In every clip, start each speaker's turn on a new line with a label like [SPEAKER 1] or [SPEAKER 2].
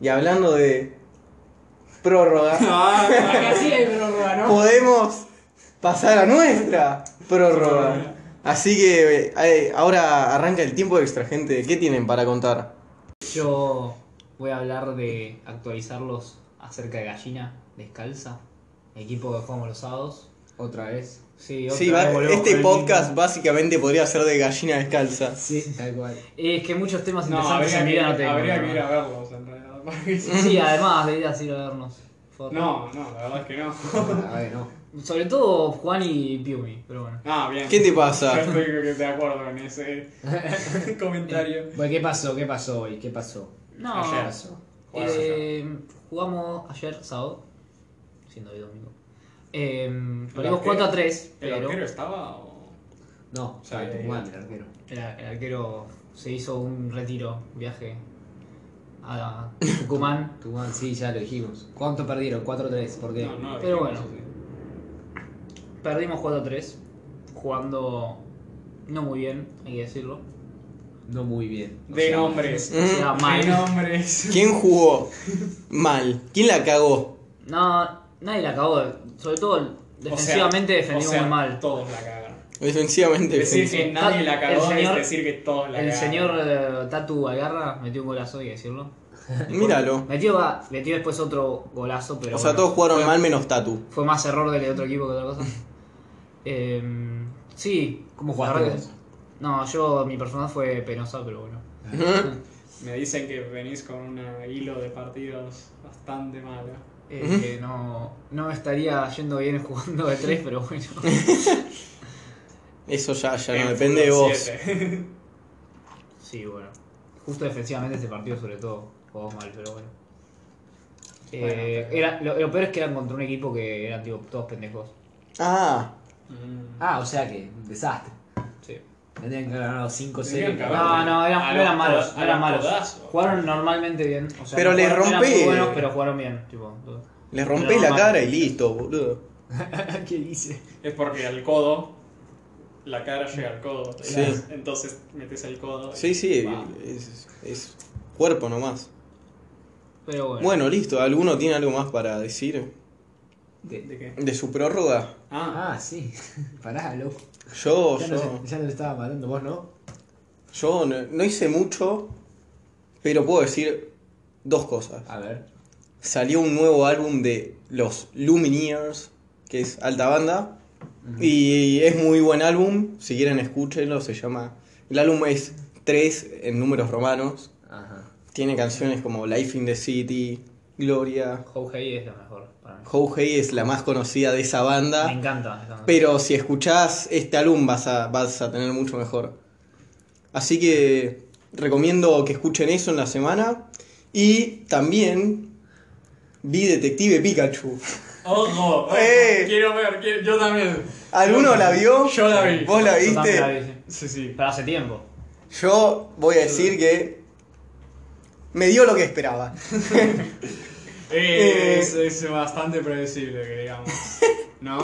[SPEAKER 1] Y hablando de prórroga,
[SPEAKER 2] Ah,
[SPEAKER 3] Así hay prórroga, ¿no?
[SPEAKER 1] podemos pasar a nuestra prórroga. Así que eh, eh, ahora arranca el tiempo extra, gente. ¿Qué tienen para contar?
[SPEAKER 3] Yo voy a hablar de actualizarlos acerca de Gallina Descalza, equipo que jugamos los sábados.
[SPEAKER 2] Otra vez.
[SPEAKER 3] Sí, otra
[SPEAKER 1] Sí,
[SPEAKER 3] vez
[SPEAKER 1] va-
[SPEAKER 3] volvemos
[SPEAKER 1] este
[SPEAKER 3] con el
[SPEAKER 1] podcast
[SPEAKER 3] mismo.
[SPEAKER 1] básicamente podría ser de gallina descalza.
[SPEAKER 2] Sí, tal cual.
[SPEAKER 3] Eh, Es que muchos temas
[SPEAKER 4] No,
[SPEAKER 3] interesantes
[SPEAKER 4] habría
[SPEAKER 3] en mi vida
[SPEAKER 4] que,
[SPEAKER 3] no tengo.
[SPEAKER 4] habría
[SPEAKER 3] la
[SPEAKER 4] que ir
[SPEAKER 3] verdad.
[SPEAKER 4] a verlos en realidad. para que-
[SPEAKER 3] Sí, además de ir así a vernos. Por-
[SPEAKER 4] No, no, la verdad es que no.
[SPEAKER 2] A ver, no.
[SPEAKER 3] Sobre todo Juan y Piumi, pero bueno.
[SPEAKER 4] Ah, bien.
[SPEAKER 1] ¿Qué te
[SPEAKER 4] Yo
[SPEAKER 1] pasa?
[SPEAKER 4] estoy que de acuerdo con ese comentario.
[SPEAKER 2] Bueno, ¿qué pasó? ¿Qué pasó hoy? ¿Qué pasó?
[SPEAKER 3] No.
[SPEAKER 2] ¿Qué
[SPEAKER 4] Ayer.
[SPEAKER 2] pasó?
[SPEAKER 4] Jugaron
[SPEAKER 3] Eh, jugamos ayer, sábado, siendo hoy domingo. Eh, perdimos
[SPEAKER 4] arquero?
[SPEAKER 3] 4 a 3,
[SPEAKER 4] ¿El
[SPEAKER 3] pero
[SPEAKER 4] arquero estaba o.?
[SPEAKER 2] No,
[SPEAKER 4] Sí.
[SPEAKER 2] estaba en Tucumán, el arquero.
[SPEAKER 3] el, el arquero se hizo un retiro, un viaje a Tucumán.
[SPEAKER 2] Tucumán, sí, ya lo dijimos. ¿Cuánto perdieron? 4-3, ¿por qué?
[SPEAKER 4] No, no,
[SPEAKER 3] Pero
[SPEAKER 4] dijimos
[SPEAKER 3] Perdimos 4 a 3, jugando no muy bien, hay que decirlo.
[SPEAKER 2] No muy bien.
[SPEAKER 4] así.
[SPEAKER 2] O
[SPEAKER 4] De
[SPEAKER 2] sea,
[SPEAKER 1] Mm.
[SPEAKER 4] nombres.
[SPEAKER 3] O sea,
[SPEAKER 4] De
[SPEAKER 3] mal.
[SPEAKER 4] nombres.
[SPEAKER 1] ¿Quién jugó mal? ¿Quién la cagó?
[SPEAKER 3] No, nadie la acabó, sobre todo defensivamente defendimos
[SPEAKER 4] o sea,
[SPEAKER 3] muy mal.
[SPEAKER 4] Todos la cagaron.
[SPEAKER 1] Defensivamente.
[SPEAKER 4] Decir
[SPEAKER 1] defensa.
[SPEAKER 4] que nadie la cagó
[SPEAKER 3] El señor-
[SPEAKER 4] es decir que todos la
[SPEAKER 3] El
[SPEAKER 4] cagaron.
[SPEAKER 3] señor eh, Tatu Algarra metió un golazo, hay que decirlo.
[SPEAKER 1] Míralo.
[SPEAKER 3] Metió, va, metió después otro golazo, pero.
[SPEAKER 1] O sea,
[SPEAKER 3] bueno,
[SPEAKER 1] todos jugaron
[SPEAKER 3] fue-
[SPEAKER 1] mal menos Tatu.
[SPEAKER 3] Fue más error del otro equipo que otra cosa. Eh, sí.
[SPEAKER 2] ¿Cómo
[SPEAKER 3] la
[SPEAKER 2] jugaste
[SPEAKER 3] verdad que-
[SPEAKER 2] vos?
[SPEAKER 3] No, yo, mi personal fue penosa, pero bueno.
[SPEAKER 4] Me dicen que venís con un hilo de partidos bastante malo.
[SPEAKER 3] Eh, que no, no me estaría yendo bien jugando de tres, pero bueno.
[SPEAKER 1] Eso ya, ya
[SPEAKER 4] En
[SPEAKER 1] no depende de vos.
[SPEAKER 4] siete.
[SPEAKER 3] Sí, bueno. Justo defensivamente este partido, sobre todo, jugó mal, pero bueno. Eh,
[SPEAKER 4] Bueno, pero-
[SPEAKER 3] era, lo, lo peor es que eran contra un equipo que eran tipo, todos pendejos.
[SPEAKER 1] Ah,
[SPEAKER 4] Mm.
[SPEAKER 2] Ah, o sea que, un desastre.
[SPEAKER 3] Sí.
[SPEAKER 2] Tendrían que haber ganado 5-0.
[SPEAKER 4] Tendrían que haber-
[SPEAKER 3] No, no, eran,
[SPEAKER 4] A
[SPEAKER 3] no
[SPEAKER 4] los
[SPEAKER 3] eran malos,
[SPEAKER 4] codas-
[SPEAKER 3] no
[SPEAKER 4] a
[SPEAKER 3] eran
[SPEAKER 4] los
[SPEAKER 3] malos.
[SPEAKER 4] codazos.
[SPEAKER 3] Jugaron normalmente bien. o sea,
[SPEAKER 1] Pero
[SPEAKER 3] no
[SPEAKER 1] les
[SPEAKER 3] jugaron- eran
[SPEAKER 1] rompí.
[SPEAKER 3] muy buenos, pero jugaron bien, tipo. todo.
[SPEAKER 1] les rompés la
[SPEAKER 3] Normal.
[SPEAKER 1] cara y listo, boludo.
[SPEAKER 2] ¿Qué dice?
[SPEAKER 4] Es porque al codo, la cara llega al codo.
[SPEAKER 1] Sí.
[SPEAKER 4] Entonces metes el codo. y
[SPEAKER 1] Sí, sí,
[SPEAKER 4] va.
[SPEAKER 1] es, es cuerpo nomás.
[SPEAKER 3] Pero bueno.
[SPEAKER 1] Bueno, listo. ¿Alguno tiene algo más para decir
[SPEAKER 4] ¿De qué?
[SPEAKER 1] de su prórroga?
[SPEAKER 4] Ah,
[SPEAKER 2] Ah, sí. Pará, loco.
[SPEAKER 1] Yo,
[SPEAKER 4] Oh,
[SPEAKER 2] Ya no,
[SPEAKER 1] yo,
[SPEAKER 2] se- ya no lo estaba matando vos, ¿no?
[SPEAKER 1] yo no, no hice mucho, pero puedo decir dos cosas.
[SPEAKER 2] A ver.
[SPEAKER 1] Salió un nuevo álbum de los Lumineers, que es alta banda, y es muy buen álbum. Si quieren, escúchenlo. Se llama. El álbum es 3 en números romanos.
[SPEAKER 2] Ajá.
[SPEAKER 1] Tiene canciones como Life in the City, Gloria.
[SPEAKER 3] How Hey es la mejor para mí.
[SPEAKER 1] How Hey es la más conocida de esa
[SPEAKER 3] Me
[SPEAKER 1] banda.
[SPEAKER 3] encanta. esa canción.
[SPEAKER 1] Pero si escuchás este álbum vas a, vas a tener mucho mejor. Así que recomiendo que escuchen eso en la semana. Y también vi Detective Pikachu.
[SPEAKER 4] ¡Ojo! ojo,
[SPEAKER 1] ¡Eh!
[SPEAKER 4] Oh, Quiero ver, quiero- yo también.
[SPEAKER 1] ¿Alguno la vio?
[SPEAKER 4] Yo la vi.
[SPEAKER 1] ¿Vos la
[SPEAKER 3] Yo también la vi,
[SPEAKER 1] viste?
[SPEAKER 4] Sí,
[SPEAKER 3] sí.
[SPEAKER 4] sí.
[SPEAKER 3] Pero hace tiempo.
[SPEAKER 1] Yo voy a decir que me dio lo que esperaba.
[SPEAKER 4] Eh,
[SPEAKER 1] Eh.
[SPEAKER 4] es, es bastante predecible, que digamos. ¿No?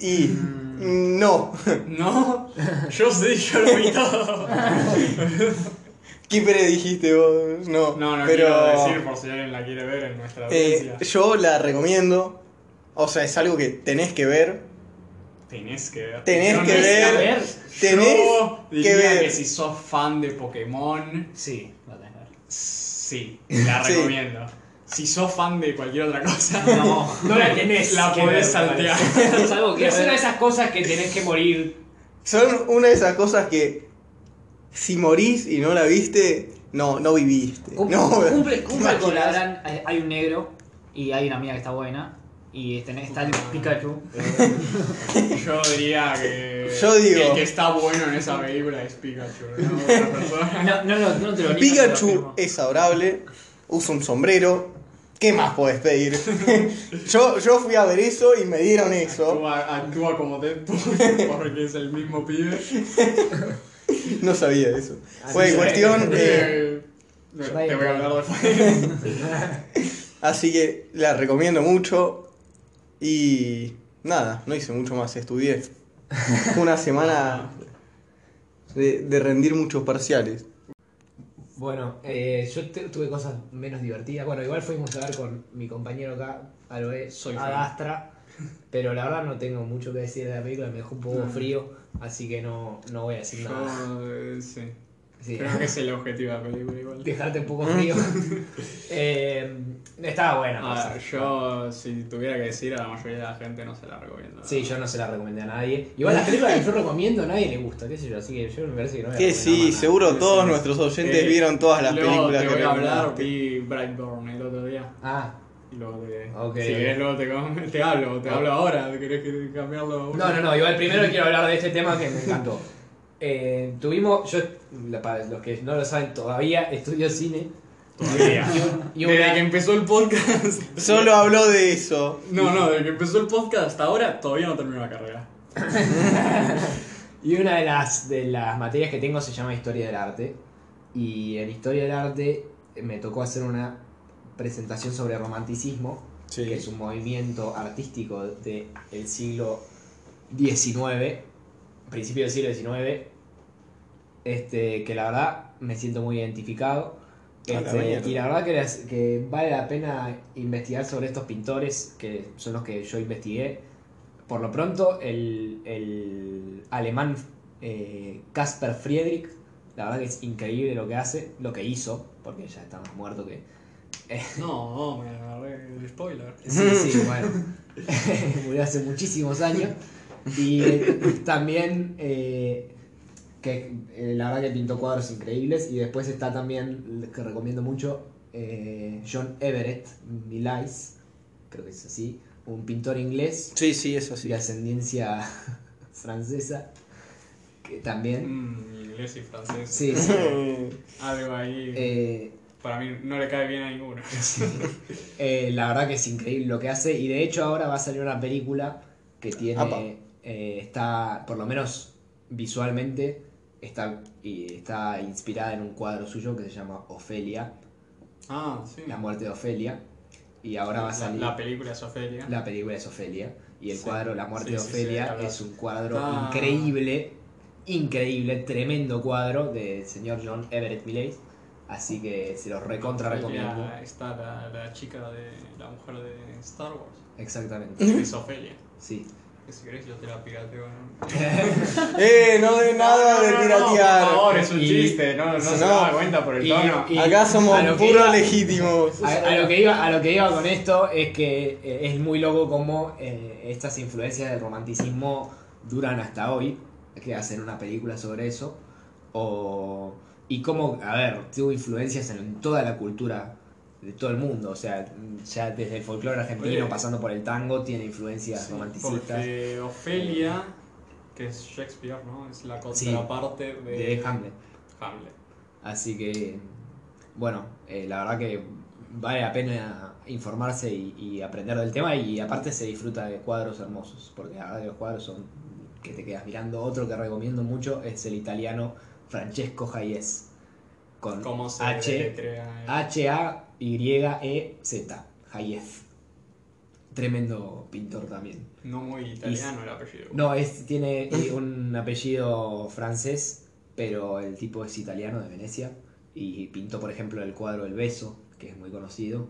[SPEAKER 1] Y
[SPEAKER 4] Mm.
[SPEAKER 1] no.
[SPEAKER 4] ¿No? Yo sí, yo lo vi todo.
[SPEAKER 1] ¿Qué predijiste vos? No.
[SPEAKER 4] No, no
[SPEAKER 1] pero...
[SPEAKER 4] quiero decir por si alguien la quiere ver en nuestra
[SPEAKER 1] Eh,
[SPEAKER 4] audiencia.
[SPEAKER 1] yo la recomiendo. O sea, es algo que tenés que ver.
[SPEAKER 4] Tenés que ver.
[SPEAKER 1] tenés
[SPEAKER 4] Yo
[SPEAKER 1] que
[SPEAKER 4] no
[SPEAKER 1] ver.
[SPEAKER 4] sé,
[SPEAKER 3] A ver.
[SPEAKER 1] Tenés
[SPEAKER 4] Yo
[SPEAKER 1] que
[SPEAKER 4] diría
[SPEAKER 1] ver.
[SPEAKER 4] que si sos fan de Pokémon,
[SPEAKER 3] Sí, la tenés que ver.
[SPEAKER 4] Sí, la
[SPEAKER 1] Sí.
[SPEAKER 4] recomiendo. Si sos fan de cualquier otra
[SPEAKER 3] Ah,
[SPEAKER 4] cosa,
[SPEAKER 3] No,
[SPEAKER 4] no la tenés. La podés saltear.
[SPEAKER 3] es algo que
[SPEAKER 2] Es una de
[SPEAKER 3] ver.
[SPEAKER 2] esas cosas que tenés que morir.
[SPEAKER 1] Son una de esas cosas que si morís y no la viste, no, no viviste.
[SPEAKER 3] Cum-
[SPEAKER 1] No,
[SPEAKER 3] cumple
[SPEAKER 1] ¿te
[SPEAKER 3] cumple con la
[SPEAKER 1] imaginas?
[SPEAKER 3] gran. Hay, hay un negro y hay una mía que está buena. Y tenés- está el Pikachu.
[SPEAKER 4] Yo diría que.
[SPEAKER 1] Yo digo-
[SPEAKER 4] El que está bueno en esa película es Pikachu, no otra persona.
[SPEAKER 3] No, no, no, no te lo niego, te lo
[SPEAKER 1] Pikachu
[SPEAKER 3] firmo.
[SPEAKER 1] es adorable, usa un sombrero. ¿Qué más podés pedir? yo, yo fui a ver eso y me dieron eso.
[SPEAKER 4] Actúa, actúa como Deadpool porque es el mismo pibe.
[SPEAKER 1] No sabía eso.
[SPEAKER 2] Así
[SPEAKER 1] Fue
[SPEAKER 2] es.
[SPEAKER 1] cuestión. eh,
[SPEAKER 4] Eh, te voy a hablar después.
[SPEAKER 1] Así que la recomiendo mucho. Y nada, no hice mucho más, estudié. Fue una semana de, de rendir muchos parciales.
[SPEAKER 2] Bueno, eh, yo te- tuve cosas menos divertidas. Bueno, igual fuimos a ver con mi compañero acá, Aloe,
[SPEAKER 4] Soy fan.
[SPEAKER 2] Adastra. Pero la verdad no tengo mucho que decir de la película, me dejó un poco frío, así que no, no voy a decir nada.
[SPEAKER 4] Yo, eh, sí.
[SPEAKER 2] Sí.
[SPEAKER 4] Creo que es el objetivo de la película igual.
[SPEAKER 2] Dejarte un poco frío. eh, estaba buena.
[SPEAKER 4] Ah,
[SPEAKER 2] cosa.
[SPEAKER 4] yo, si tuviera que decir, a la mayoría de la gente no se la recomiendo.
[SPEAKER 2] Sí, yo no se la recomendé a nadie. Igual las películas que yo recomiendo a nadie le gusta, qué sé yo, así que yo me parece que no voy a
[SPEAKER 1] Que
[SPEAKER 2] recomendar
[SPEAKER 1] sí,
[SPEAKER 2] más nada.
[SPEAKER 1] seguro
[SPEAKER 4] Sí,
[SPEAKER 1] todos
[SPEAKER 4] sí.
[SPEAKER 1] nuestros oyentes
[SPEAKER 4] Eh,
[SPEAKER 1] vieron todas las
[SPEAKER 4] luego
[SPEAKER 1] películas
[SPEAKER 4] te
[SPEAKER 1] que
[SPEAKER 4] voy a hablar,
[SPEAKER 1] recomendaste.
[SPEAKER 4] vi Brightburn el otro día.
[SPEAKER 2] Ah,
[SPEAKER 4] Y luego te.
[SPEAKER 2] Ok.
[SPEAKER 4] Si querés, luego te, com- te hablo, te
[SPEAKER 2] Ah.
[SPEAKER 4] hablo ahora. ¿Querés que- cambiarlo? a uno?
[SPEAKER 2] No, no, no, igual primero quiero hablar de este tema que me encantó. Eh, tuvimos, yo, la- para los que no lo saben todavía, estudio cine.
[SPEAKER 4] Todavía.
[SPEAKER 2] Y
[SPEAKER 4] Desde
[SPEAKER 2] una-
[SPEAKER 4] que empezó el podcast.
[SPEAKER 1] Solo habló de eso.
[SPEAKER 4] No, no, desde que empezó el podcast hasta ahora todavía no terminó la carrera.
[SPEAKER 2] Y una de las, de las materias que tengo se llama Historia del Arte. Y en Historia del Arte me tocó hacer una presentación sobre romanticismo, que es un movimiento artístico del siglo XIX, principio del siglo XIX, este, que la verdad me siento muy identificado.
[SPEAKER 1] A la
[SPEAKER 2] Este,
[SPEAKER 1] mierda.
[SPEAKER 2] y la verdad que, las- que vale la pena investigar sobre estos pintores, que son los que yo investigué. Por lo pronto, el, el alemán eh, Caspar Friedrich, la verdad que es increíble lo que hace, lo que hizo, porque ya está más muerto que...
[SPEAKER 4] No, no, me agarré el spoiler.
[SPEAKER 2] Sí, sí, bueno. Murió hace muchísimos años. Y eh, también eh, que eh, la verdad que pintó cuadros increíbles. Y después está también, que recomiendo mucho, eh, John Everett Millais, creo que es así, un pintor inglés
[SPEAKER 1] Sí, sí, eso sí.
[SPEAKER 2] de ascendencia francesa, que también...
[SPEAKER 4] Mm, inglés y francés.
[SPEAKER 2] Sí, sí.
[SPEAKER 4] Algo ahí.
[SPEAKER 2] Eh,
[SPEAKER 4] Para mí no le cae bien a ninguno.
[SPEAKER 2] Eh, la verdad que es increíble lo que hace. Y de hecho ahora va a salir una película que
[SPEAKER 1] Apa.
[SPEAKER 2] tiene. eh, está, por lo menos visualmente, está, y está inspirada en un cuadro suyo que se llama Ofelia,
[SPEAKER 4] Ah, sí.
[SPEAKER 2] la muerte de Ofelia. Y ahora va a
[SPEAKER 4] La-
[SPEAKER 2] salir.
[SPEAKER 4] La,
[SPEAKER 2] La,
[SPEAKER 4] película es Ofelia.
[SPEAKER 2] película es Ofelia. Y el
[SPEAKER 4] Sí.
[SPEAKER 2] cuadro La muerte
[SPEAKER 4] Sí,
[SPEAKER 2] de
[SPEAKER 4] sí, sí,
[SPEAKER 2] Ofelia
[SPEAKER 4] claro.
[SPEAKER 2] es un cuadro
[SPEAKER 4] Ah.
[SPEAKER 2] increíble, increíble, tremendo cuadro del señor John Everett Millais. Así que se los recontra
[SPEAKER 4] Ofelia
[SPEAKER 2] recomiendo.
[SPEAKER 4] Está la, la chica de. la mujer de Star Wars.
[SPEAKER 2] Exactamente.
[SPEAKER 4] que es Ofelia.
[SPEAKER 2] Sí.
[SPEAKER 4] Que si querés yo te la pirateo. ¿no?
[SPEAKER 1] Eh, no de nada de
[SPEAKER 4] No, no,
[SPEAKER 1] piratear.
[SPEAKER 4] No, por favor, es un
[SPEAKER 2] Y-
[SPEAKER 4] chiste. No, no, se
[SPEAKER 1] no.
[SPEAKER 4] da cuenta por el
[SPEAKER 2] Y-
[SPEAKER 4] tono.
[SPEAKER 2] y-
[SPEAKER 1] Acá
[SPEAKER 2] a
[SPEAKER 1] somos
[SPEAKER 2] lo que
[SPEAKER 1] puros
[SPEAKER 2] iba-
[SPEAKER 1] legítimos.
[SPEAKER 2] A, a lo que iba, a lo que iba con esto es que eh, es muy loco cómo eh, estas influencias del romanticismo duran hasta hoy, que hacen una película sobre eso, o, y cómo, a ver, tuvo influencias en toda la cultura de todo el mundo, o sea, ya desde el folclore argentino,
[SPEAKER 4] Oye.
[SPEAKER 2] pasando por el tango, tiene influencias
[SPEAKER 4] Sí,
[SPEAKER 2] romanticistas
[SPEAKER 4] porque Ofelia, que es Shakespeare, ¿no? Es la contraparte de,
[SPEAKER 2] de Hamlet.
[SPEAKER 4] Hamlet.
[SPEAKER 2] Así que, bueno, eh, la verdad que vale la pena informarse y, y aprender del tema y aparte se disfruta de cuadros hermosos, porque la verdad que los cuadros son que te quedas mirando. Otro que recomiendo mucho es el italiano Francesco Hayes, con
[SPEAKER 4] ¿Cómo se
[SPEAKER 2] H, E
[SPEAKER 4] deletrea el-
[SPEAKER 2] H-A-Y-E-Z, Hayes. Tremendo pintor también.
[SPEAKER 4] No muy italiano el apellido.
[SPEAKER 2] No, es, tiene eh, un apellido francés, pero el tipo es italiano de Venecia y pintó, por ejemplo, el cuadro El Beso, que es muy conocido,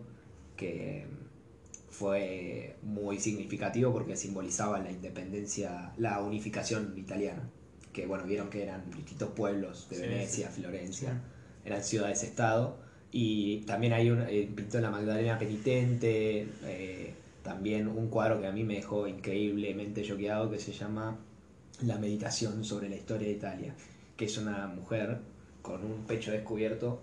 [SPEAKER 2] que mm, fue muy significativo porque simbolizaba la independencia, la unificación italiana. Que bueno, vieron que eran distintos pueblos de
[SPEAKER 4] Sí,
[SPEAKER 2] Venecia, Florencia, eran ciudades-estado. Y también hay un eh, pintó en la Magdalena Penitente, eh, también un cuadro que a mí me dejó increíblemente choqueado que se llama La Meditación sobre la Historia de Italia, que es una mujer con un pecho descubierto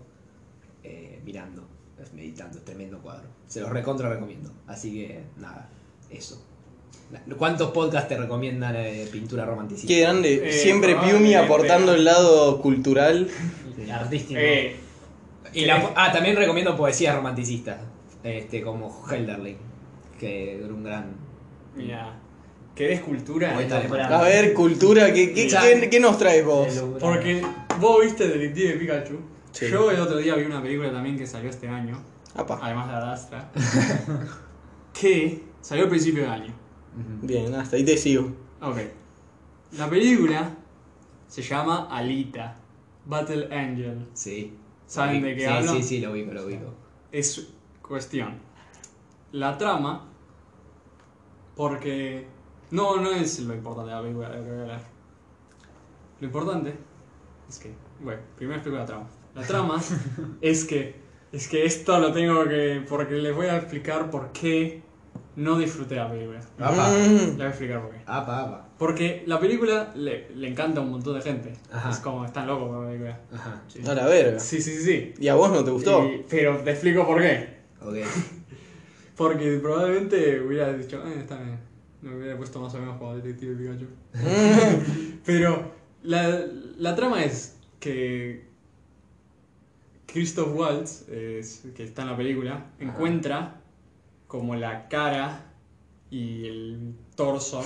[SPEAKER 2] eh, mirando, es meditando, es tremendo cuadro. Se los recontra recomiendo, así que nada, eso. La- ¿Cuántos podcasts te recomiendan eh, pintura romanticista?
[SPEAKER 1] Qué grande.
[SPEAKER 4] Eh,
[SPEAKER 1] Siempre Piumi
[SPEAKER 4] probablemente.
[SPEAKER 1] aportando el lado cultural.
[SPEAKER 3] Artístico.
[SPEAKER 4] Eh,
[SPEAKER 2] Y la po- ah, también recomiendo poesías romanticistas, este, como Helderling, que era un gran...
[SPEAKER 4] mira, ¿querés cultura?
[SPEAKER 2] poeta alemán.
[SPEAKER 1] A ver, cultura, ¿qué, qué,
[SPEAKER 4] Ya.
[SPEAKER 1] qué- qué nos traes
[SPEAKER 4] Eh,
[SPEAKER 1] vos?
[SPEAKER 3] El-
[SPEAKER 4] Porque vos viste Detective Pikachu.
[SPEAKER 1] Sí.
[SPEAKER 4] Yo el otro día vi una película también que salió este año,
[SPEAKER 1] Apa.
[SPEAKER 4] además de Adastra, que salió al principio del año.
[SPEAKER 2] Ujú.
[SPEAKER 1] Bien, hasta ahí te sigo.
[SPEAKER 4] Ok. La película se llama Alita, Battle Angel.
[SPEAKER 2] Sí.
[SPEAKER 4] ¿Saben de qué
[SPEAKER 2] sí,
[SPEAKER 4] hablo?
[SPEAKER 2] Sí, sí, lo ubico, lo ubico.
[SPEAKER 4] es cuestión. La trama, porque no, no es lo importante de la película, lo que voy a hablar. Lo importante es que, bueno, primero explico la trama. La trama es que, es que esto lo tengo que, porque les voy a explicar por qué no disfruté la película. Les
[SPEAKER 2] Apa.
[SPEAKER 1] Mm.
[SPEAKER 4] voy a explicar por qué.
[SPEAKER 2] Apa, apa.
[SPEAKER 4] Porque la película le, le encanta a un montón de gente.
[SPEAKER 2] Ajá.
[SPEAKER 4] Es como, están locos con la película.
[SPEAKER 2] Ajá.
[SPEAKER 4] Sí,
[SPEAKER 1] A la verga.
[SPEAKER 4] sí, sí. sí.
[SPEAKER 1] ¿Y a vos no te gustó?
[SPEAKER 4] Y- pero te explico por qué.
[SPEAKER 2] Ok.
[SPEAKER 4] Porque probablemente hubiera dicho, eh, está bien. Me hubiera puesto más o menos como Detective Pikachu. Pero la, la trama es que Christoph Waltz, es- que está en la película, encuentra como la cara y el torso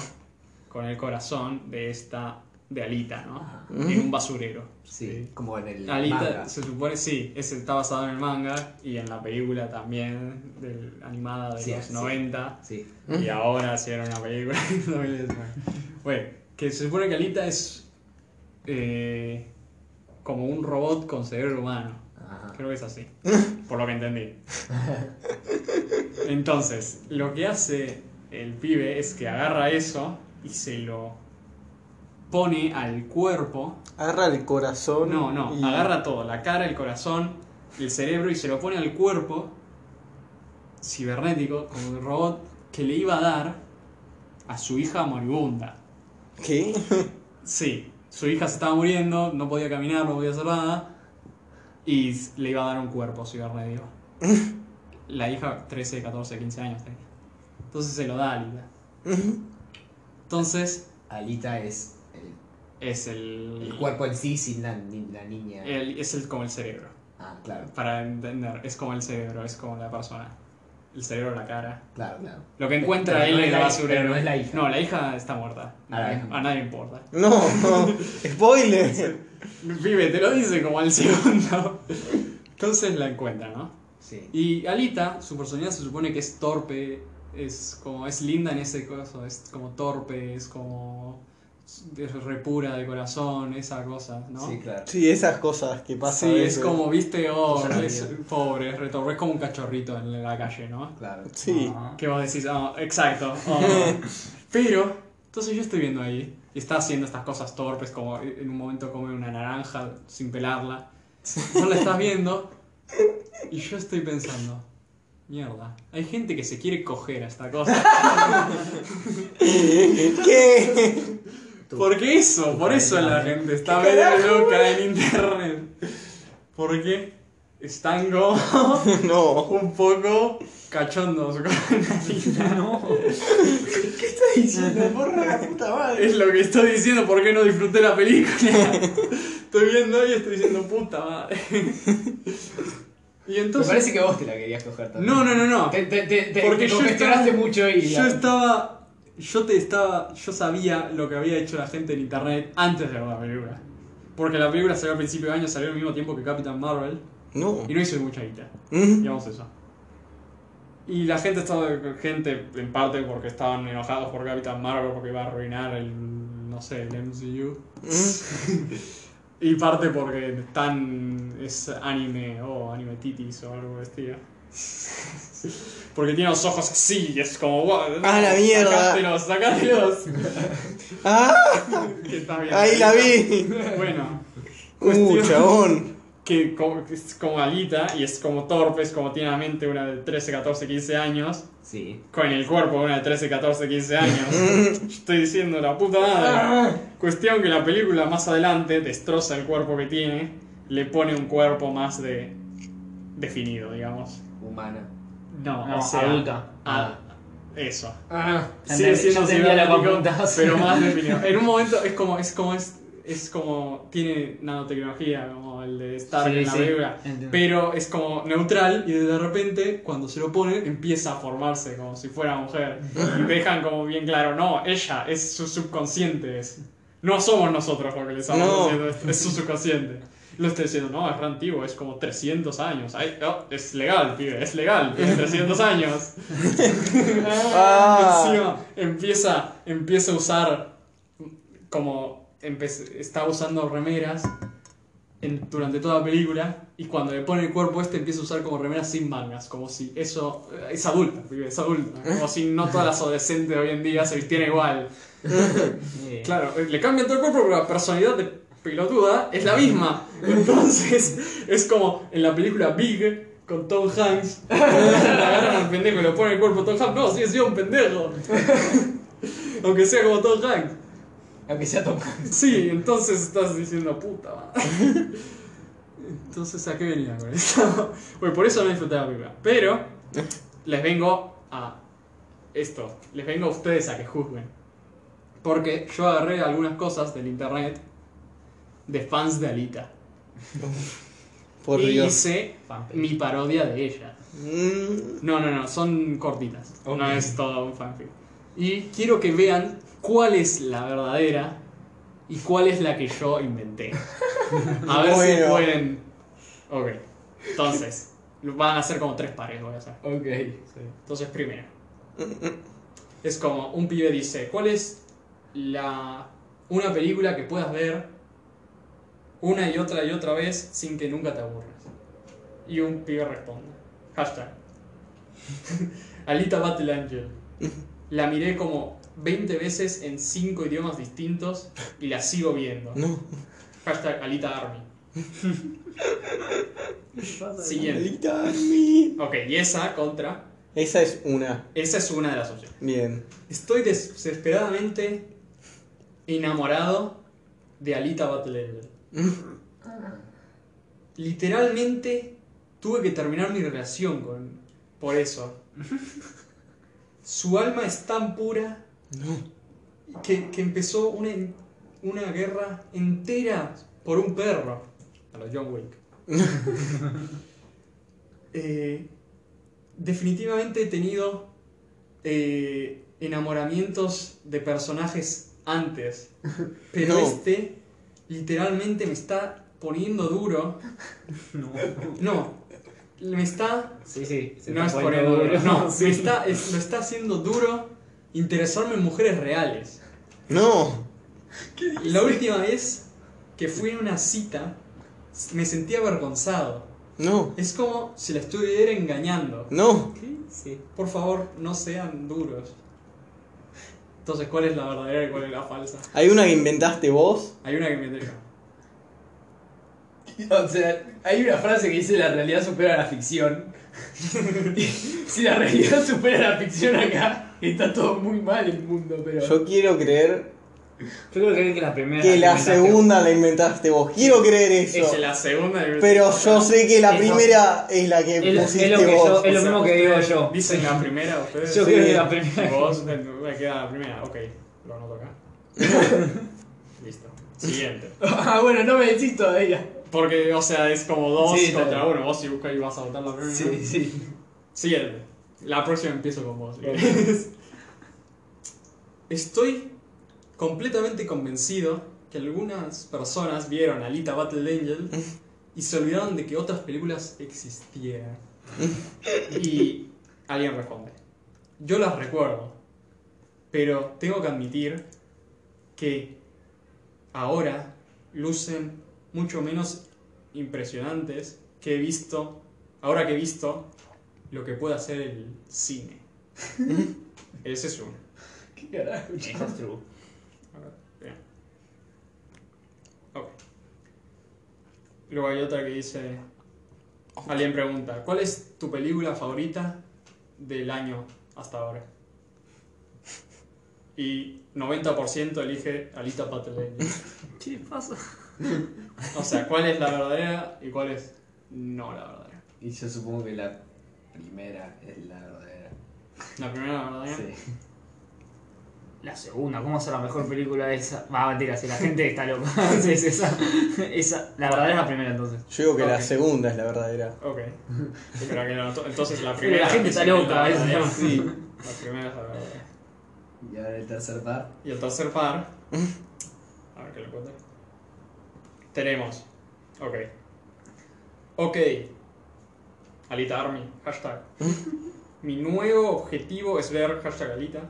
[SPEAKER 4] con el corazón de esta, de Alita, ¿no? En un basurero.
[SPEAKER 2] Sí, como en el.
[SPEAKER 4] Alita
[SPEAKER 2] manga.
[SPEAKER 4] se supone, sí, es- está basado en el manga y en la película también, del- animada de
[SPEAKER 2] Sí,
[SPEAKER 4] los
[SPEAKER 2] sí.
[SPEAKER 4] 90.
[SPEAKER 2] Sí.
[SPEAKER 4] Y ahora hicieron una película en 2019. Bueno, que se supone que Alita es eh, como un robot con cerebro humano.
[SPEAKER 2] Ajá.
[SPEAKER 4] Creo que es así, por lo que entendí. Entonces, lo que hace el pibe es que agarra eso y se lo pone al cuerpo
[SPEAKER 1] Agarra el corazón.
[SPEAKER 4] no, no,
[SPEAKER 1] y-
[SPEAKER 4] agarra todo, la cara, el corazón, el cerebro y se lo pone al cuerpo cibernético, como un robot, que le iba a dar a su hija moribunda.
[SPEAKER 1] ¿Qué?
[SPEAKER 4] Sí, su hija se estaba muriendo, no podía caminar, no podía hacer nada, y s- le iba a dar un cuerpo cibernético. La hija 13, 14, 15 años tenía. Entonces se lo da a Alita. Entonces
[SPEAKER 2] Alita es el,
[SPEAKER 4] es el,
[SPEAKER 2] el cuerpo en sí sin la, ni- la niña.
[SPEAKER 4] el- es el, como el cerebro.
[SPEAKER 2] Ah, claro,
[SPEAKER 4] Para entender, es como el cerebro, es como la persona. El cerebro, la cara.
[SPEAKER 2] claro, claro.
[SPEAKER 4] Lo que encuentra
[SPEAKER 2] Pero
[SPEAKER 4] él
[SPEAKER 2] no
[SPEAKER 4] en
[SPEAKER 2] es
[SPEAKER 4] la
[SPEAKER 2] la-
[SPEAKER 4] basura.
[SPEAKER 2] pero no es la hija.
[SPEAKER 4] No, la hija está muerta.
[SPEAKER 2] Ah, la hija.
[SPEAKER 4] A nadie importa.
[SPEAKER 1] No, spoiler.
[SPEAKER 4] Pibe, te lo dice como al segundo. Entonces la encuentra, ¿no?
[SPEAKER 2] Sí.
[SPEAKER 4] Y Alita, su personalidad se supone que es torpe, es como es linda en ese caso, es como torpe, es como es repura de corazón, esa cosa, ¿no?
[SPEAKER 2] Sí, claro.
[SPEAKER 1] Sí, esas cosas que pasan.
[SPEAKER 4] Sí,
[SPEAKER 1] a
[SPEAKER 4] es
[SPEAKER 1] veces.
[SPEAKER 4] como, viste, oh,
[SPEAKER 2] Ya
[SPEAKER 4] es
[SPEAKER 2] sabía.
[SPEAKER 4] pobre, es retorno, es como un cachorrito en la calle, ¿no?
[SPEAKER 2] Claro.
[SPEAKER 1] Sí.
[SPEAKER 3] Ah.
[SPEAKER 4] Que vos decís, oh, exacto. oh. Pero, entonces yo estoy viendo ahí, y está haciendo estas cosas torpes, como en un momento come una naranja sin pelarla. No la estás viendo, y yo estoy pensando, mierda, hay gente que se quiere coger a esta cosa.
[SPEAKER 1] ¿Qué?
[SPEAKER 2] Tú.
[SPEAKER 4] Porque eso, por eso la gente está medio loca en internet. Porque están como...
[SPEAKER 1] No.
[SPEAKER 4] un poco cachondos con Alita.
[SPEAKER 1] ¿Qué diciendo? Porra, la puta madre.
[SPEAKER 4] Es lo que estoy diciendo, ¿por qué no disfruté la película? Estoy viendo y estoy diciendo puta madre. Y
[SPEAKER 2] Me
[SPEAKER 4] entonces.
[SPEAKER 2] parece que vos te la querías coger también.
[SPEAKER 4] No, no, no, no.
[SPEAKER 2] Te, te, te, te-
[SPEAKER 4] Porque
[SPEAKER 2] te
[SPEAKER 4] yo
[SPEAKER 2] congestionaste
[SPEAKER 4] estaba-
[SPEAKER 2] mucho y.
[SPEAKER 4] Yo estaba. Yo te estaba. Yo sabía lo que había hecho la gente en internet antes de ver la película. Porque la película salió a principio de año, salió al mismo tiempo que Captain Marvel.
[SPEAKER 1] No.
[SPEAKER 4] Y no hizo mucha guita.
[SPEAKER 1] Mm.
[SPEAKER 4] Digamos eso. Y la gente estaba. Gente, en parte porque estaban enojados por Capitán Marvel porque iba a arruinar el. no sé, el MCU. y parte porque están. es anime o anime titis o algo de estilo. Porque tiene los ojos así y es como. "Wow,
[SPEAKER 1] ¡Ah, la mierda!
[SPEAKER 4] ¡Sacátelos, sacátelos!
[SPEAKER 1] ¡Ah!
[SPEAKER 4] Que está bien.
[SPEAKER 1] Ahí la vi.
[SPEAKER 4] Bueno.
[SPEAKER 1] Uh, chabón.
[SPEAKER 4] que co- que es como Alita y es como torpe, es como tiene la mente una de 13, 14, 15 años,
[SPEAKER 2] Sí.
[SPEAKER 4] con el cuerpo de una de 13, 14, 15 años. Estoy diciendo la puta madre. Cuestión que la película más adelante destroza el cuerpo que tiene, le pone un cuerpo más de definido, digamos.
[SPEAKER 2] Humana.
[SPEAKER 4] No,
[SPEAKER 3] No,
[SPEAKER 4] o sea,
[SPEAKER 3] adulta.
[SPEAKER 4] a- eso.
[SPEAKER 2] Ah.
[SPEAKER 4] Sigue
[SPEAKER 3] Entendí,
[SPEAKER 4] siendo
[SPEAKER 3] ya entendía la
[SPEAKER 4] cibernético,
[SPEAKER 3] pregunta.
[SPEAKER 4] pero más definido. En un momento es como es como es, es como tiene nanotecnología como el de Stark
[SPEAKER 3] Sí,
[SPEAKER 4] en la
[SPEAKER 3] sí,
[SPEAKER 4] película,
[SPEAKER 3] entiendo.
[SPEAKER 4] pero es como neutral y de repente cuando se lo pone empieza a formarse como si fuera mujer y dejan como bien claro, no, ella es su subconsciente es. No somos nosotros lo que le estamos
[SPEAKER 1] No.
[SPEAKER 4] diciendo, es- es su subconsciente. Lo estoy diciendo, no, es re antiguo, es como 300 años. Ay, no, es legal, pibe, es legal, tiene 300 años.
[SPEAKER 1] Ah.
[SPEAKER 4] Encima empieza, empieza a usar como empe- está usando remeras en- durante toda la película y cuando le pone el cuerpo este empieza a usar como remeras sin mangas, como si eso eh, es adulta, pibe, es adulta, como si no todas las adolescentes de hoy en día se vistieran igual.
[SPEAKER 3] Eh,
[SPEAKER 4] Claro, eh, le cambian todo el cuerpo, pero la personalidad de pelotuda es la misma. Entonces, es como en la película Big con Tom Hanks. le agarran al pendejo y le ponen el cuerpo a Tom Hanks. No, sigue siendo un pendejo. Aunque sea como Tom Hanks.
[SPEAKER 3] Aunque sea Tom Hanks.
[SPEAKER 4] Sí, entonces estás diciendo puta. madre". Entonces, ¿a qué venía con eso? Bueno, por eso no disfruté la película. Pero les vengo a esto. Les vengo a ustedes a que juzguen. Porque yo agarré algunas cosas del internet de fans de Alita.
[SPEAKER 1] Por
[SPEAKER 4] y
[SPEAKER 1] Dios.
[SPEAKER 4] hice
[SPEAKER 3] Fanpage.
[SPEAKER 4] mi parodia de ella.
[SPEAKER 1] Mm,
[SPEAKER 4] No, no, no, son cortitas. No
[SPEAKER 1] Ok.
[SPEAKER 4] es todo un fanfic. Y quiero que vean cuál es la verdadera y cuál es la que yo inventé. A ver si
[SPEAKER 1] Bueno.
[SPEAKER 4] pueden. Ok. Entonces, van a ser como tres pares, voy a hacer.
[SPEAKER 3] Ok.
[SPEAKER 4] Entonces, primero. Es como un pibe dice, ¿cuál es la una película que puedas ver una y otra y otra vez sin que nunca te aburras? Y un pibe responde, hashtag. Alita Battle Angel. La miré como 20 veces en 5 idiomas distintos y la sigo viendo.
[SPEAKER 1] no.
[SPEAKER 4] Hashtag Alita Army. Siguiente.
[SPEAKER 1] Alita Army.
[SPEAKER 4] Ok, y esa contra.
[SPEAKER 1] Esa es una.
[SPEAKER 4] Esa es una de las opciones.
[SPEAKER 1] Bien.
[SPEAKER 4] Estoy desesperadamente enamorado de Alita Battle Angel. Literalmente tuve que terminar mi relación con por eso. Su alma es tan pura que, que empezó una, en- una guerra entera por un perro. A los John Wick. Eh, definitivamente he tenido eh, enamoramientos de personajes antes. Pero
[SPEAKER 1] No.
[SPEAKER 4] este literalmente me está poniendo duro. No. Me está.
[SPEAKER 3] Sí, sí. se
[SPEAKER 4] no
[SPEAKER 3] está
[SPEAKER 4] es
[SPEAKER 3] poniendo
[SPEAKER 4] poniendo duro. No,
[SPEAKER 3] Sí.
[SPEAKER 4] me está, es- lo está haciendo duro interesarme en mujeres reales.
[SPEAKER 1] No.
[SPEAKER 4] La última vez que fui en una cita me sentí avergonzado.
[SPEAKER 1] No.
[SPEAKER 4] Es como si la estuviera engañando.
[SPEAKER 1] No.
[SPEAKER 3] Sí.
[SPEAKER 4] Por favor, no sean duros. Entonces, ¿cuál es la verdadera y cuál es la falsa?
[SPEAKER 1] Hay una que inventaste vos.
[SPEAKER 4] Hay una que me deja.
[SPEAKER 3] O sea, hay una frase que dice la realidad supera la ficción. si la realidad supera la ficción acá, está todo muy mal el mundo, pero.
[SPEAKER 1] Yo quiero creer
[SPEAKER 3] creo que la primera.
[SPEAKER 1] que la segunda la inventaste vos. Quiero creer eso.
[SPEAKER 4] Es la segunda. que-
[SPEAKER 1] Pero yo sé que la
[SPEAKER 3] Es lo-
[SPEAKER 1] primera es la que
[SPEAKER 3] es lo- es
[SPEAKER 1] pusiste
[SPEAKER 3] lo que
[SPEAKER 1] vos.
[SPEAKER 4] O
[SPEAKER 3] Es lo
[SPEAKER 4] sea,
[SPEAKER 3] mismo que
[SPEAKER 4] ustedes
[SPEAKER 3] digo yo.
[SPEAKER 4] Dicen la primera, ustedes.
[SPEAKER 3] Yo
[SPEAKER 1] Sí.
[SPEAKER 3] creo que la primera.
[SPEAKER 4] Y vos, eh, me queda la primera. Ok, lo anoto acá. Listo. Siguiente.
[SPEAKER 3] Ah, bueno, no me decís todavía.
[SPEAKER 4] Porque, o sea, es como dos
[SPEAKER 3] Sí,
[SPEAKER 4] contra
[SPEAKER 3] tal.
[SPEAKER 4] uno. Vos si buscas y vas a votar la primera.
[SPEAKER 3] Sí, sí.
[SPEAKER 4] Siguiente. La próxima empiezo con vos. si querés. Estoy completamente convencido que algunas personas vieron Alita Battle Angel y se olvidaron de que otras películas existieran. Y alguien responde. Yo las recuerdo, pero tengo que admitir que ahora lucen mucho menos impresionantes que he visto, ahora que he visto lo que puede hacer el cine. Ese es uno.
[SPEAKER 3] ¿Qué carajo?
[SPEAKER 4] A ver, bien. Ok. Luego hay otra que dice... Alguien pregunta, ¿cuál es tu película favorita del año hasta ahora? Y 90% elige Alita Battle Angel.
[SPEAKER 3] ¿Qué pasa?
[SPEAKER 4] O sea, ¿cuál es la verdadera y cuál es no la verdadera?
[SPEAKER 2] Y yo supongo que la primera es la verdadera.
[SPEAKER 4] La primera la verdadera.
[SPEAKER 2] Sí.
[SPEAKER 3] La segunda, ¿cómo será la mejor película de esa? Va, mentira, si la gente está loca. Entonces, esa, esa. La verdad es la primera, entonces.
[SPEAKER 1] Yo digo que la
[SPEAKER 4] Ok.
[SPEAKER 1] segunda es la verdadera.
[SPEAKER 4] Ok. Pero que no, entonces la
[SPEAKER 3] Pero
[SPEAKER 4] primera...
[SPEAKER 3] la gente
[SPEAKER 4] es
[SPEAKER 3] está loca,
[SPEAKER 4] la
[SPEAKER 3] a veces,
[SPEAKER 4] verdadera.
[SPEAKER 3] ¿no?
[SPEAKER 1] Sí.
[SPEAKER 4] La primera es la verdadera.
[SPEAKER 2] Y ahora el tercer par.
[SPEAKER 4] Y el tercer par. A ver que lo encuentro. Tenemos. Ok. Ok. Alita Army. Hashtag. Mi nuevo objetivo es ver hashtag Alita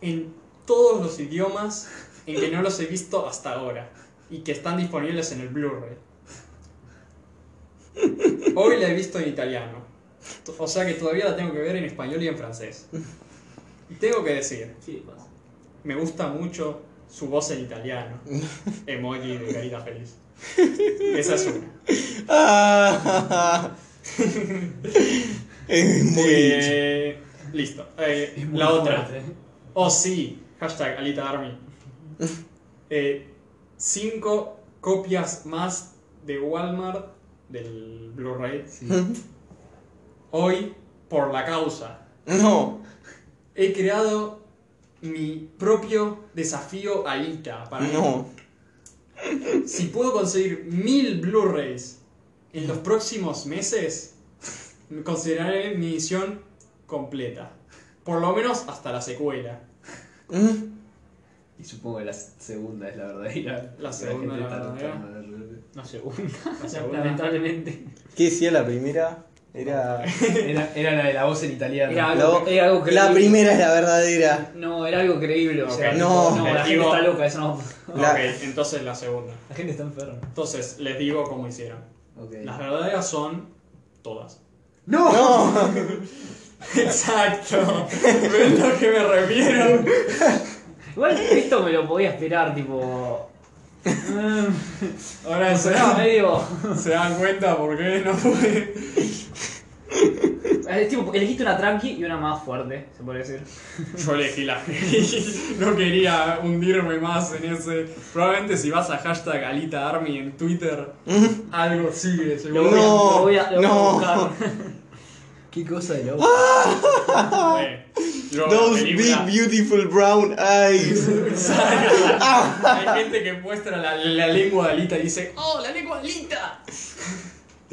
[SPEAKER 4] en todos los idiomas en que no los he visto hasta ahora y que están disponibles en el Blu-ray. Hoy la he visto en italiano. O sea que todavía la tengo que ver en español y en francés. Y tengo que decir,
[SPEAKER 3] Sí, pasa.
[SPEAKER 4] me gusta mucho su voz en italiano. Emoji de carita feliz. Esa es una.
[SPEAKER 1] Ah, es muy lindo.
[SPEAKER 4] Eh, listo. Eh, la otra.
[SPEAKER 3] fuerte.
[SPEAKER 4] Oh sí. Hashtag Alita Army. Eh, cinco copias más de Walmart del Blu-ray. Hoy, por la causa,
[SPEAKER 1] No.
[SPEAKER 4] he creado mi propio desafío Alita para mí.
[SPEAKER 1] No.
[SPEAKER 4] Si puedo conseguir mil Blu-rays en los próximos meses, me consideraré mi misión completa. Por lo menos hasta la secuela.
[SPEAKER 1] Mm,
[SPEAKER 2] Y supongo que la segunda es la verdadera.
[SPEAKER 4] La segunda
[SPEAKER 2] gente
[SPEAKER 4] es la
[SPEAKER 2] está
[SPEAKER 4] verdadera.
[SPEAKER 2] tratando de resolver.
[SPEAKER 3] No segunda.
[SPEAKER 4] La segunda.
[SPEAKER 3] Lamentablemente.
[SPEAKER 1] ¿Qué decía la primera? Era.
[SPEAKER 2] Era, era la de la voz en italiano.
[SPEAKER 3] Era
[SPEAKER 1] La,
[SPEAKER 3] algo, era algo creíble.
[SPEAKER 1] la primera es la verdadera.
[SPEAKER 3] No, era algo creíble. O sea,
[SPEAKER 4] Ok.
[SPEAKER 1] No.
[SPEAKER 3] no, la
[SPEAKER 4] Les
[SPEAKER 3] gente
[SPEAKER 4] digo-
[SPEAKER 3] está loca, eso no.
[SPEAKER 1] La-
[SPEAKER 4] Ok, entonces la segunda.
[SPEAKER 3] La gente está enferma.
[SPEAKER 4] Entonces, les digo cómo hicieron.
[SPEAKER 2] Ok.
[SPEAKER 4] Las verdaderas son todas.
[SPEAKER 2] ¡No!
[SPEAKER 1] No.
[SPEAKER 4] Exacto. ¿Ven lo que me refiero?
[SPEAKER 3] Igual esto me lo podía esperar, tipo. mm,
[SPEAKER 4] Ahora se
[SPEAKER 3] Sonaba
[SPEAKER 4] dan,
[SPEAKER 3] medio.
[SPEAKER 4] se dan cuenta por qué no pude.
[SPEAKER 3] Es tipo, elegiste una tranqui y una más fuerte, se puede decir.
[SPEAKER 4] Yo elegí la No quería hundirme más en ese. Probablemente si vas a hashtag Alita Army en Twitter, algo sigue.
[SPEAKER 3] Lo
[SPEAKER 4] seguro.
[SPEAKER 3] voy a-
[SPEAKER 1] No,
[SPEAKER 3] lo voy a, lo voy a
[SPEAKER 1] no.
[SPEAKER 3] buscar.
[SPEAKER 2] ¿Qué cosa de la
[SPEAKER 4] ¡Ah! Eh, yo,
[SPEAKER 1] Those big
[SPEAKER 4] película-
[SPEAKER 1] beautiful brown eyes.
[SPEAKER 4] Hay gente que muestra la, la lengua de Alita y dice: ¡Oh, la lengua de Alita!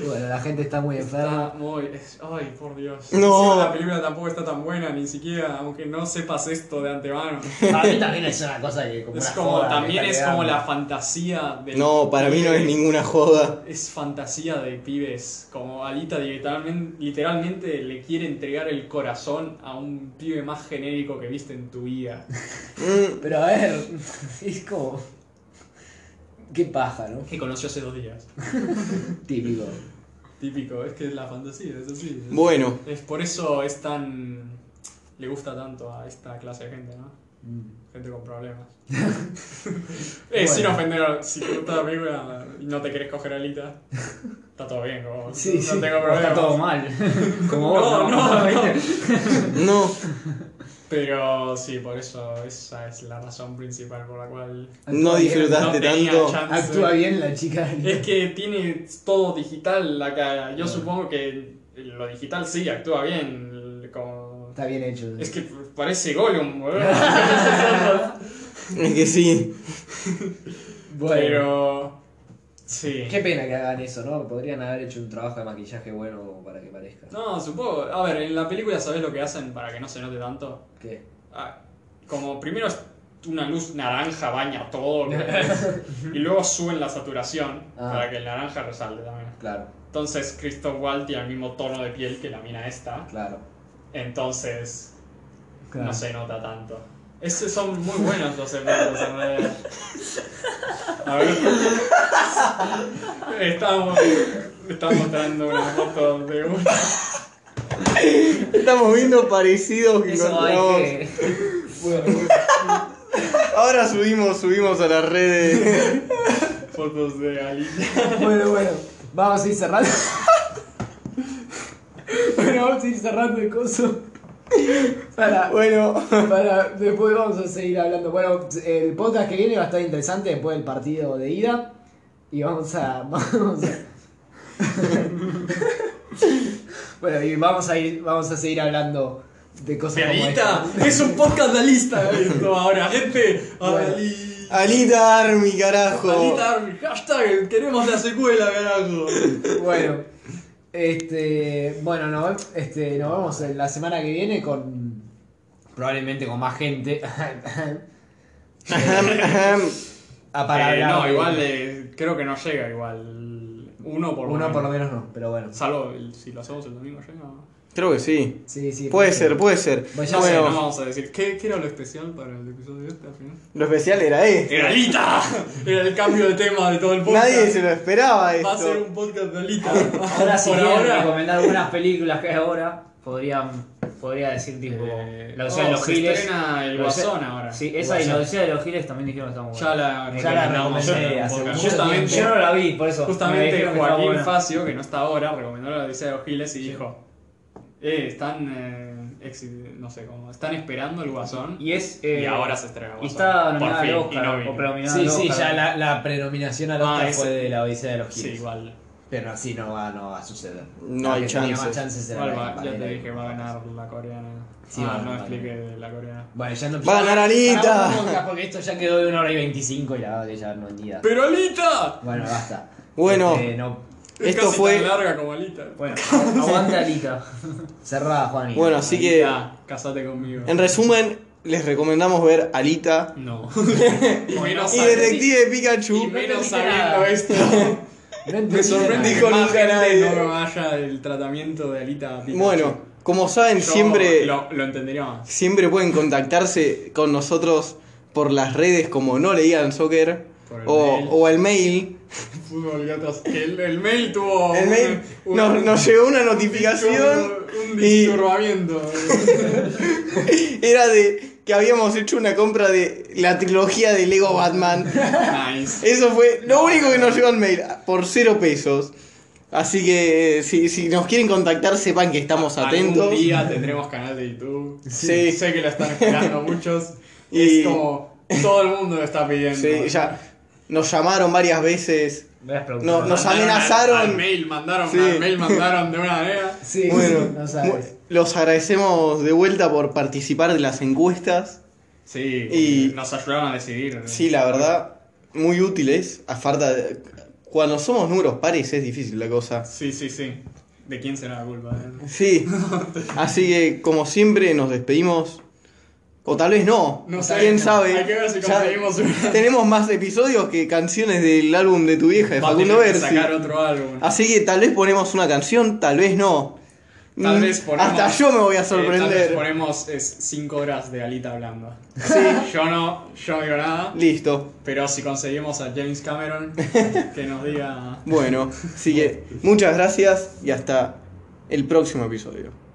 [SPEAKER 2] Bueno, la gente está muy enferma.
[SPEAKER 4] Está muy. es- ay, por Dios.
[SPEAKER 1] No.
[SPEAKER 4] Encima La película tampoco está tan buena, ni siquiera, aunque no sepas esto de antemano.
[SPEAKER 2] Para mí también es una cosa que como
[SPEAKER 4] Es
[SPEAKER 2] una
[SPEAKER 4] como,
[SPEAKER 2] joda que
[SPEAKER 4] también
[SPEAKER 2] está
[SPEAKER 4] es como la
[SPEAKER 2] quedando.
[SPEAKER 4] fantasía del
[SPEAKER 1] No, para mí no es ninguna joda.
[SPEAKER 4] es fantasía de pibes. Como Alita literalmente, literalmente le quiere entregar el corazón a un pibe más genérico que viste en tu vida.
[SPEAKER 1] Mm,
[SPEAKER 2] Pero a ver, es como... Qué paja, ¿no?
[SPEAKER 4] Que conoció hace dos días.
[SPEAKER 2] Típico.
[SPEAKER 4] Típico, es que es la fantasía, es así.
[SPEAKER 1] Bueno,
[SPEAKER 4] Es por eso es tan. le gusta tanto a esta clase de gente, ¿no? Gente con problemas. eh, Sin
[SPEAKER 2] Bueno.
[SPEAKER 4] ofender, a- si te gusta la película y no te querés coger a Alita, está todo bien, como,
[SPEAKER 2] Sí,
[SPEAKER 4] no
[SPEAKER 2] sí.
[SPEAKER 4] tengo
[SPEAKER 3] O
[SPEAKER 4] problema.
[SPEAKER 3] Está todo mal. Como
[SPEAKER 4] No,
[SPEAKER 3] vos.
[SPEAKER 4] no, no.
[SPEAKER 1] no.
[SPEAKER 4] Pero sí, por eso esa es la razón principal por la cual
[SPEAKER 1] No disfrutas.
[SPEAKER 4] no
[SPEAKER 1] Gastaste
[SPEAKER 4] tenía
[SPEAKER 1] tanto.
[SPEAKER 4] chance.
[SPEAKER 2] Actúa bien la chica.
[SPEAKER 4] Es que tiene todo digital la cara. Yo supongo que lo digital sí actúa bien. Como...
[SPEAKER 2] Está bien hecho.
[SPEAKER 4] Es que parece Gollum, boludo.
[SPEAKER 1] Es que sí.
[SPEAKER 2] Bueno,
[SPEAKER 4] Pero. Sí.
[SPEAKER 2] qué pena que hagan eso, ¿no? Podrían haber hecho un trabajo de maquillaje bueno como para que parezca.
[SPEAKER 4] No, supongo. A ver, en la película, ¿sabes lo que hacen para que no se note tanto?
[SPEAKER 2] ¿Qué?
[SPEAKER 4] Ah, como primero es una luz naranja baña todo. lo que es, y luego suben la saturación
[SPEAKER 2] Ah.
[SPEAKER 4] para que el naranja resalte también.
[SPEAKER 2] Claro,
[SPEAKER 4] Entonces Christoph Waltz tiene el mismo tono de piel que la mina esta.
[SPEAKER 2] claro.
[SPEAKER 4] Entonces
[SPEAKER 2] claro.
[SPEAKER 4] no se nota tanto. Esos son muy buenos los efectos en realidad. A ver. Estamos, estamos mostrando una foto de uno.
[SPEAKER 1] Estamos viendo parecidos que
[SPEAKER 3] Eso hay
[SPEAKER 1] encontramos.
[SPEAKER 3] que.
[SPEAKER 1] Ahora subimos, subimos a las redes.
[SPEAKER 4] Fotos de Alita.
[SPEAKER 2] Bueno, bueno, vamos a ir cerrando. bueno, vamos a ir cerrando el coso. Para,
[SPEAKER 1] Bueno.
[SPEAKER 2] para, después vamos a seguir hablando. Bueno, el podcast que viene va a estar interesante después del partido de ida. Y vamos a. Vamos a bueno, y vamos a ir, vamos a seguir hablando de cosas
[SPEAKER 4] De
[SPEAKER 2] como
[SPEAKER 4] Alita.
[SPEAKER 2] esta.
[SPEAKER 4] Es un podcast de Alita esto ahora, gente.
[SPEAKER 2] Bueno.
[SPEAKER 4] Alita.
[SPEAKER 1] Alita Army, carajo.
[SPEAKER 4] Alita Army. Hashtag queremos la secuela, carajo.
[SPEAKER 2] Bueno, este, bueno, no, este, nos vemos en la semana que viene con probablemente con más gente.
[SPEAKER 1] Ahem, ahem.
[SPEAKER 2] Ah, para
[SPEAKER 4] Eh,
[SPEAKER 2] hablar
[SPEAKER 4] no,
[SPEAKER 2] de-
[SPEAKER 4] igual eh, creo que no llega igual. Uno por lo
[SPEAKER 2] uno
[SPEAKER 4] menos.
[SPEAKER 2] por lo menos no, pero bueno.
[SPEAKER 4] Salvo el- si lo hacemos el domingo llega.
[SPEAKER 1] Creo que sí.
[SPEAKER 2] Sí, sí.
[SPEAKER 1] Puede ser, puede ser.
[SPEAKER 2] Pues ya
[SPEAKER 4] No sé,
[SPEAKER 1] bueno,
[SPEAKER 4] no vamos a decir. ¿Qué, qué era lo especial para el episodio este al final?
[SPEAKER 1] lo especial era este.
[SPEAKER 4] ¡Era Alita! Era el cambio de tema de todo el podcast.
[SPEAKER 1] Nadie se lo esperaba
[SPEAKER 4] Va a ser
[SPEAKER 1] esto.
[SPEAKER 4] un podcast de Alita.
[SPEAKER 2] Ahora, si
[SPEAKER 4] Por
[SPEAKER 2] quieren
[SPEAKER 4] ahora.
[SPEAKER 2] recomendar algunas películas que hay ahora, podrían, podría decir tipo
[SPEAKER 4] Eh,
[SPEAKER 2] La Odisea
[SPEAKER 4] oh,
[SPEAKER 2] de los
[SPEAKER 4] se
[SPEAKER 2] Giles.
[SPEAKER 4] estrena el
[SPEAKER 2] La Odisea-
[SPEAKER 4] Guasón ahora.
[SPEAKER 2] Sí, esa y La
[SPEAKER 4] Guasón.
[SPEAKER 2] Odisea de los Giles también dijeron que está muy
[SPEAKER 4] Ya
[SPEAKER 2] buena.
[SPEAKER 4] la
[SPEAKER 2] Ya la
[SPEAKER 4] recomendamos
[SPEAKER 2] recomendé
[SPEAKER 4] en el
[SPEAKER 2] hace
[SPEAKER 4] podcast.
[SPEAKER 2] mucho
[SPEAKER 4] Justamente,
[SPEAKER 2] tiempo. Yo no la vi, por eso. me
[SPEAKER 4] Justamente
[SPEAKER 2] dijeron que estaba
[SPEAKER 4] Joaquín
[SPEAKER 2] buena.
[SPEAKER 4] Facio, que no está ahora, recomendó la Odisea de los Giles y dijo: Eh, están. eh, exhi- no sé cómo. Están esperando el Guasón.
[SPEAKER 2] Y es.
[SPEAKER 4] Y
[SPEAKER 2] eh,
[SPEAKER 4] ahora se estrena
[SPEAKER 2] Y
[SPEAKER 4] Guasón.
[SPEAKER 2] está
[SPEAKER 4] Por
[SPEAKER 2] nominada
[SPEAKER 4] fin,
[SPEAKER 2] al
[SPEAKER 4] y no
[SPEAKER 2] Oscar.
[SPEAKER 4] vino.
[SPEAKER 2] o predominada
[SPEAKER 3] Sí,
[SPEAKER 2] al
[SPEAKER 3] sí,
[SPEAKER 2] Oscar.
[SPEAKER 3] ya la, la prenominación al
[SPEAKER 4] Ah,
[SPEAKER 3] Oscar
[SPEAKER 4] ese.
[SPEAKER 3] fue de la Odisea de los
[SPEAKER 4] Sí,
[SPEAKER 3] Giles.
[SPEAKER 4] igual.
[SPEAKER 3] Pero así no va, no va a suceder.
[SPEAKER 1] No
[SPEAKER 3] La
[SPEAKER 1] hay
[SPEAKER 3] que tenía más
[SPEAKER 1] chances.
[SPEAKER 3] chances era
[SPEAKER 4] Igual
[SPEAKER 3] la
[SPEAKER 4] va, ya
[SPEAKER 3] campanera.
[SPEAKER 4] te dije, va a ganar la coreana.
[SPEAKER 3] Sí, va
[SPEAKER 4] ah,
[SPEAKER 3] a
[SPEAKER 4] no
[SPEAKER 3] ganar.
[SPEAKER 4] expliqué de la coreana.
[SPEAKER 3] Bueno, ya no Ah,
[SPEAKER 1] Va a ganar Anita.
[SPEAKER 3] Paramos un podcast, Porque esto ya quedó de una hora y 25 y la verdad que ya no entendía.
[SPEAKER 4] ¡Pero Alita!
[SPEAKER 3] Bueno, basta.
[SPEAKER 1] Bueno.
[SPEAKER 3] Este, no.
[SPEAKER 4] Es
[SPEAKER 1] Esto
[SPEAKER 4] casi
[SPEAKER 1] fue-
[SPEAKER 4] tan larga como Alita.
[SPEAKER 2] Bueno, aguanta Alita.
[SPEAKER 3] Cerrada, Juan.
[SPEAKER 1] Bueno, así que,
[SPEAKER 4] Alita, Ah, casate conmigo.
[SPEAKER 1] en resumen, les recomendamos ver Alita
[SPEAKER 4] No. y menos
[SPEAKER 1] y
[SPEAKER 4] sabiendo-
[SPEAKER 1] Detective
[SPEAKER 4] Y
[SPEAKER 1] Pikachu.
[SPEAKER 4] menos
[SPEAKER 3] entendí nada.
[SPEAKER 4] sabiendo esto.
[SPEAKER 3] No entendí
[SPEAKER 4] Me sorprendí
[SPEAKER 1] Dijo
[SPEAKER 4] que más
[SPEAKER 1] nunca
[SPEAKER 4] gente
[SPEAKER 1] nadie.
[SPEAKER 4] no me vaya el tratamiento de Alita. Pikachu.
[SPEAKER 1] Bueno, como saben,
[SPEAKER 4] Yo
[SPEAKER 1] siempre.
[SPEAKER 4] Lo, lo entendería más.
[SPEAKER 1] Siempre pueden contactarse con nosotros por las redes como no leían soccer
[SPEAKER 4] Por el
[SPEAKER 1] o,
[SPEAKER 4] mail.
[SPEAKER 1] o el mail.
[SPEAKER 4] Fútbol Gatos. que El, el mail tuvo.
[SPEAKER 1] El
[SPEAKER 4] un-
[SPEAKER 1] mail
[SPEAKER 4] un-
[SPEAKER 1] nos, nos llegó una
[SPEAKER 4] un
[SPEAKER 1] notificación.
[SPEAKER 4] distur- Un
[SPEAKER 1] y-
[SPEAKER 4] disturbamiento.
[SPEAKER 1] Era de que habíamos hecho una compra de la trilogía de Lego Batman.
[SPEAKER 4] nice.
[SPEAKER 1] Eso fue lo único que nos llegó al mail, por cero pesos. Así que si, si nos quieren contactar, sepan que estamos atentos.
[SPEAKER 4] Algún día tendremos canal de YouTube.
[SPEAKER 1] Sí.
[SPEAKER 4] Sé que lo están esperando muchos.
[SPEAKER 1] Y-
[SPEAKER 4] Es como todo el mundo lo está pidiendo.
[SPEAKER 1] Sí, ya. Nos llamaron varias veces.
[SPEAKER 2] Veas
[SPEAKER 1] No, no
[SPEAKER 2] preguntas.
[SPEAKER 1] Nos
[SPEAKER 4] Mandaron al-
[SPEAKER 1] amenazaron.
[SPEAKER 4] Al, mail mandaron,
[SPEAKER 1] Sí.
[SPEAKER 4] al mail mandaron de una manera.
[SPEAKER 3] Sí,
[SPEAKER 1] Bueno,
[SPEAKER 3] no sabes.
[SPEAKER 1] mu- los agradecemos de vuelta por participar de las encuestas.
[SPEAKER 4] Sí,
[SPEAKER 1] Y-
[SPEAKER 4] nos ayudaron a decidir.
[SPEAKER 1] Sí, la verdad, muy útiles. A falta de- Cuando somos números pares es difícil la cosa.
[SPEAKER 4] Sí, sí, sí. ¿De quién será la culpa? eh?
[SPEAKER 1] Sí. Así que, como siempre, nos despedimos. O tal vez no.
[SPEAKER 4] No sé.
[SPEAKER 1] ¿Quién sabe?
[SPEAKER 4] Hay que ver si
[SPEAKER 1] Ya
[SPEAKER 4] conseguimos una.
[SPEAKER 1] Tenemos más episodios que canciones del álbum de tu vieja de
[SPEAKER 4] Va a
[SPEAKER 1] Facundo
[SPEAKER 4] tener que
[SPEAKER 1] Versi. Ah,
[SPEAKER 4] sacar otro álbum.
[SPEAKER 1] Así que tal vez ponemos una canción, tal vez no.
[SPEAKER 4] Tal
[SPEAKER 1] Mm,
[SPEAKER 4] vez ponemos-
[SPEAKER 1] Hasta yo me voy a
[SPEAKER 4] Eh, tal vez
[SPEAKER 1] sorprender.
[SPEAKER 4] ponemos 5 horas de Alita hablando.
[SPEAKER 1] Sí.
[SPEAKER 4] Yo no, yo no digo nada.
[SPEAKER 1] Listo.
[SPEAKER 4] Pero si conseguimos a James Cameron que nos diga
[SPEAKER 1] Bueno, así que muchas gracias y hasta el próximo episodio.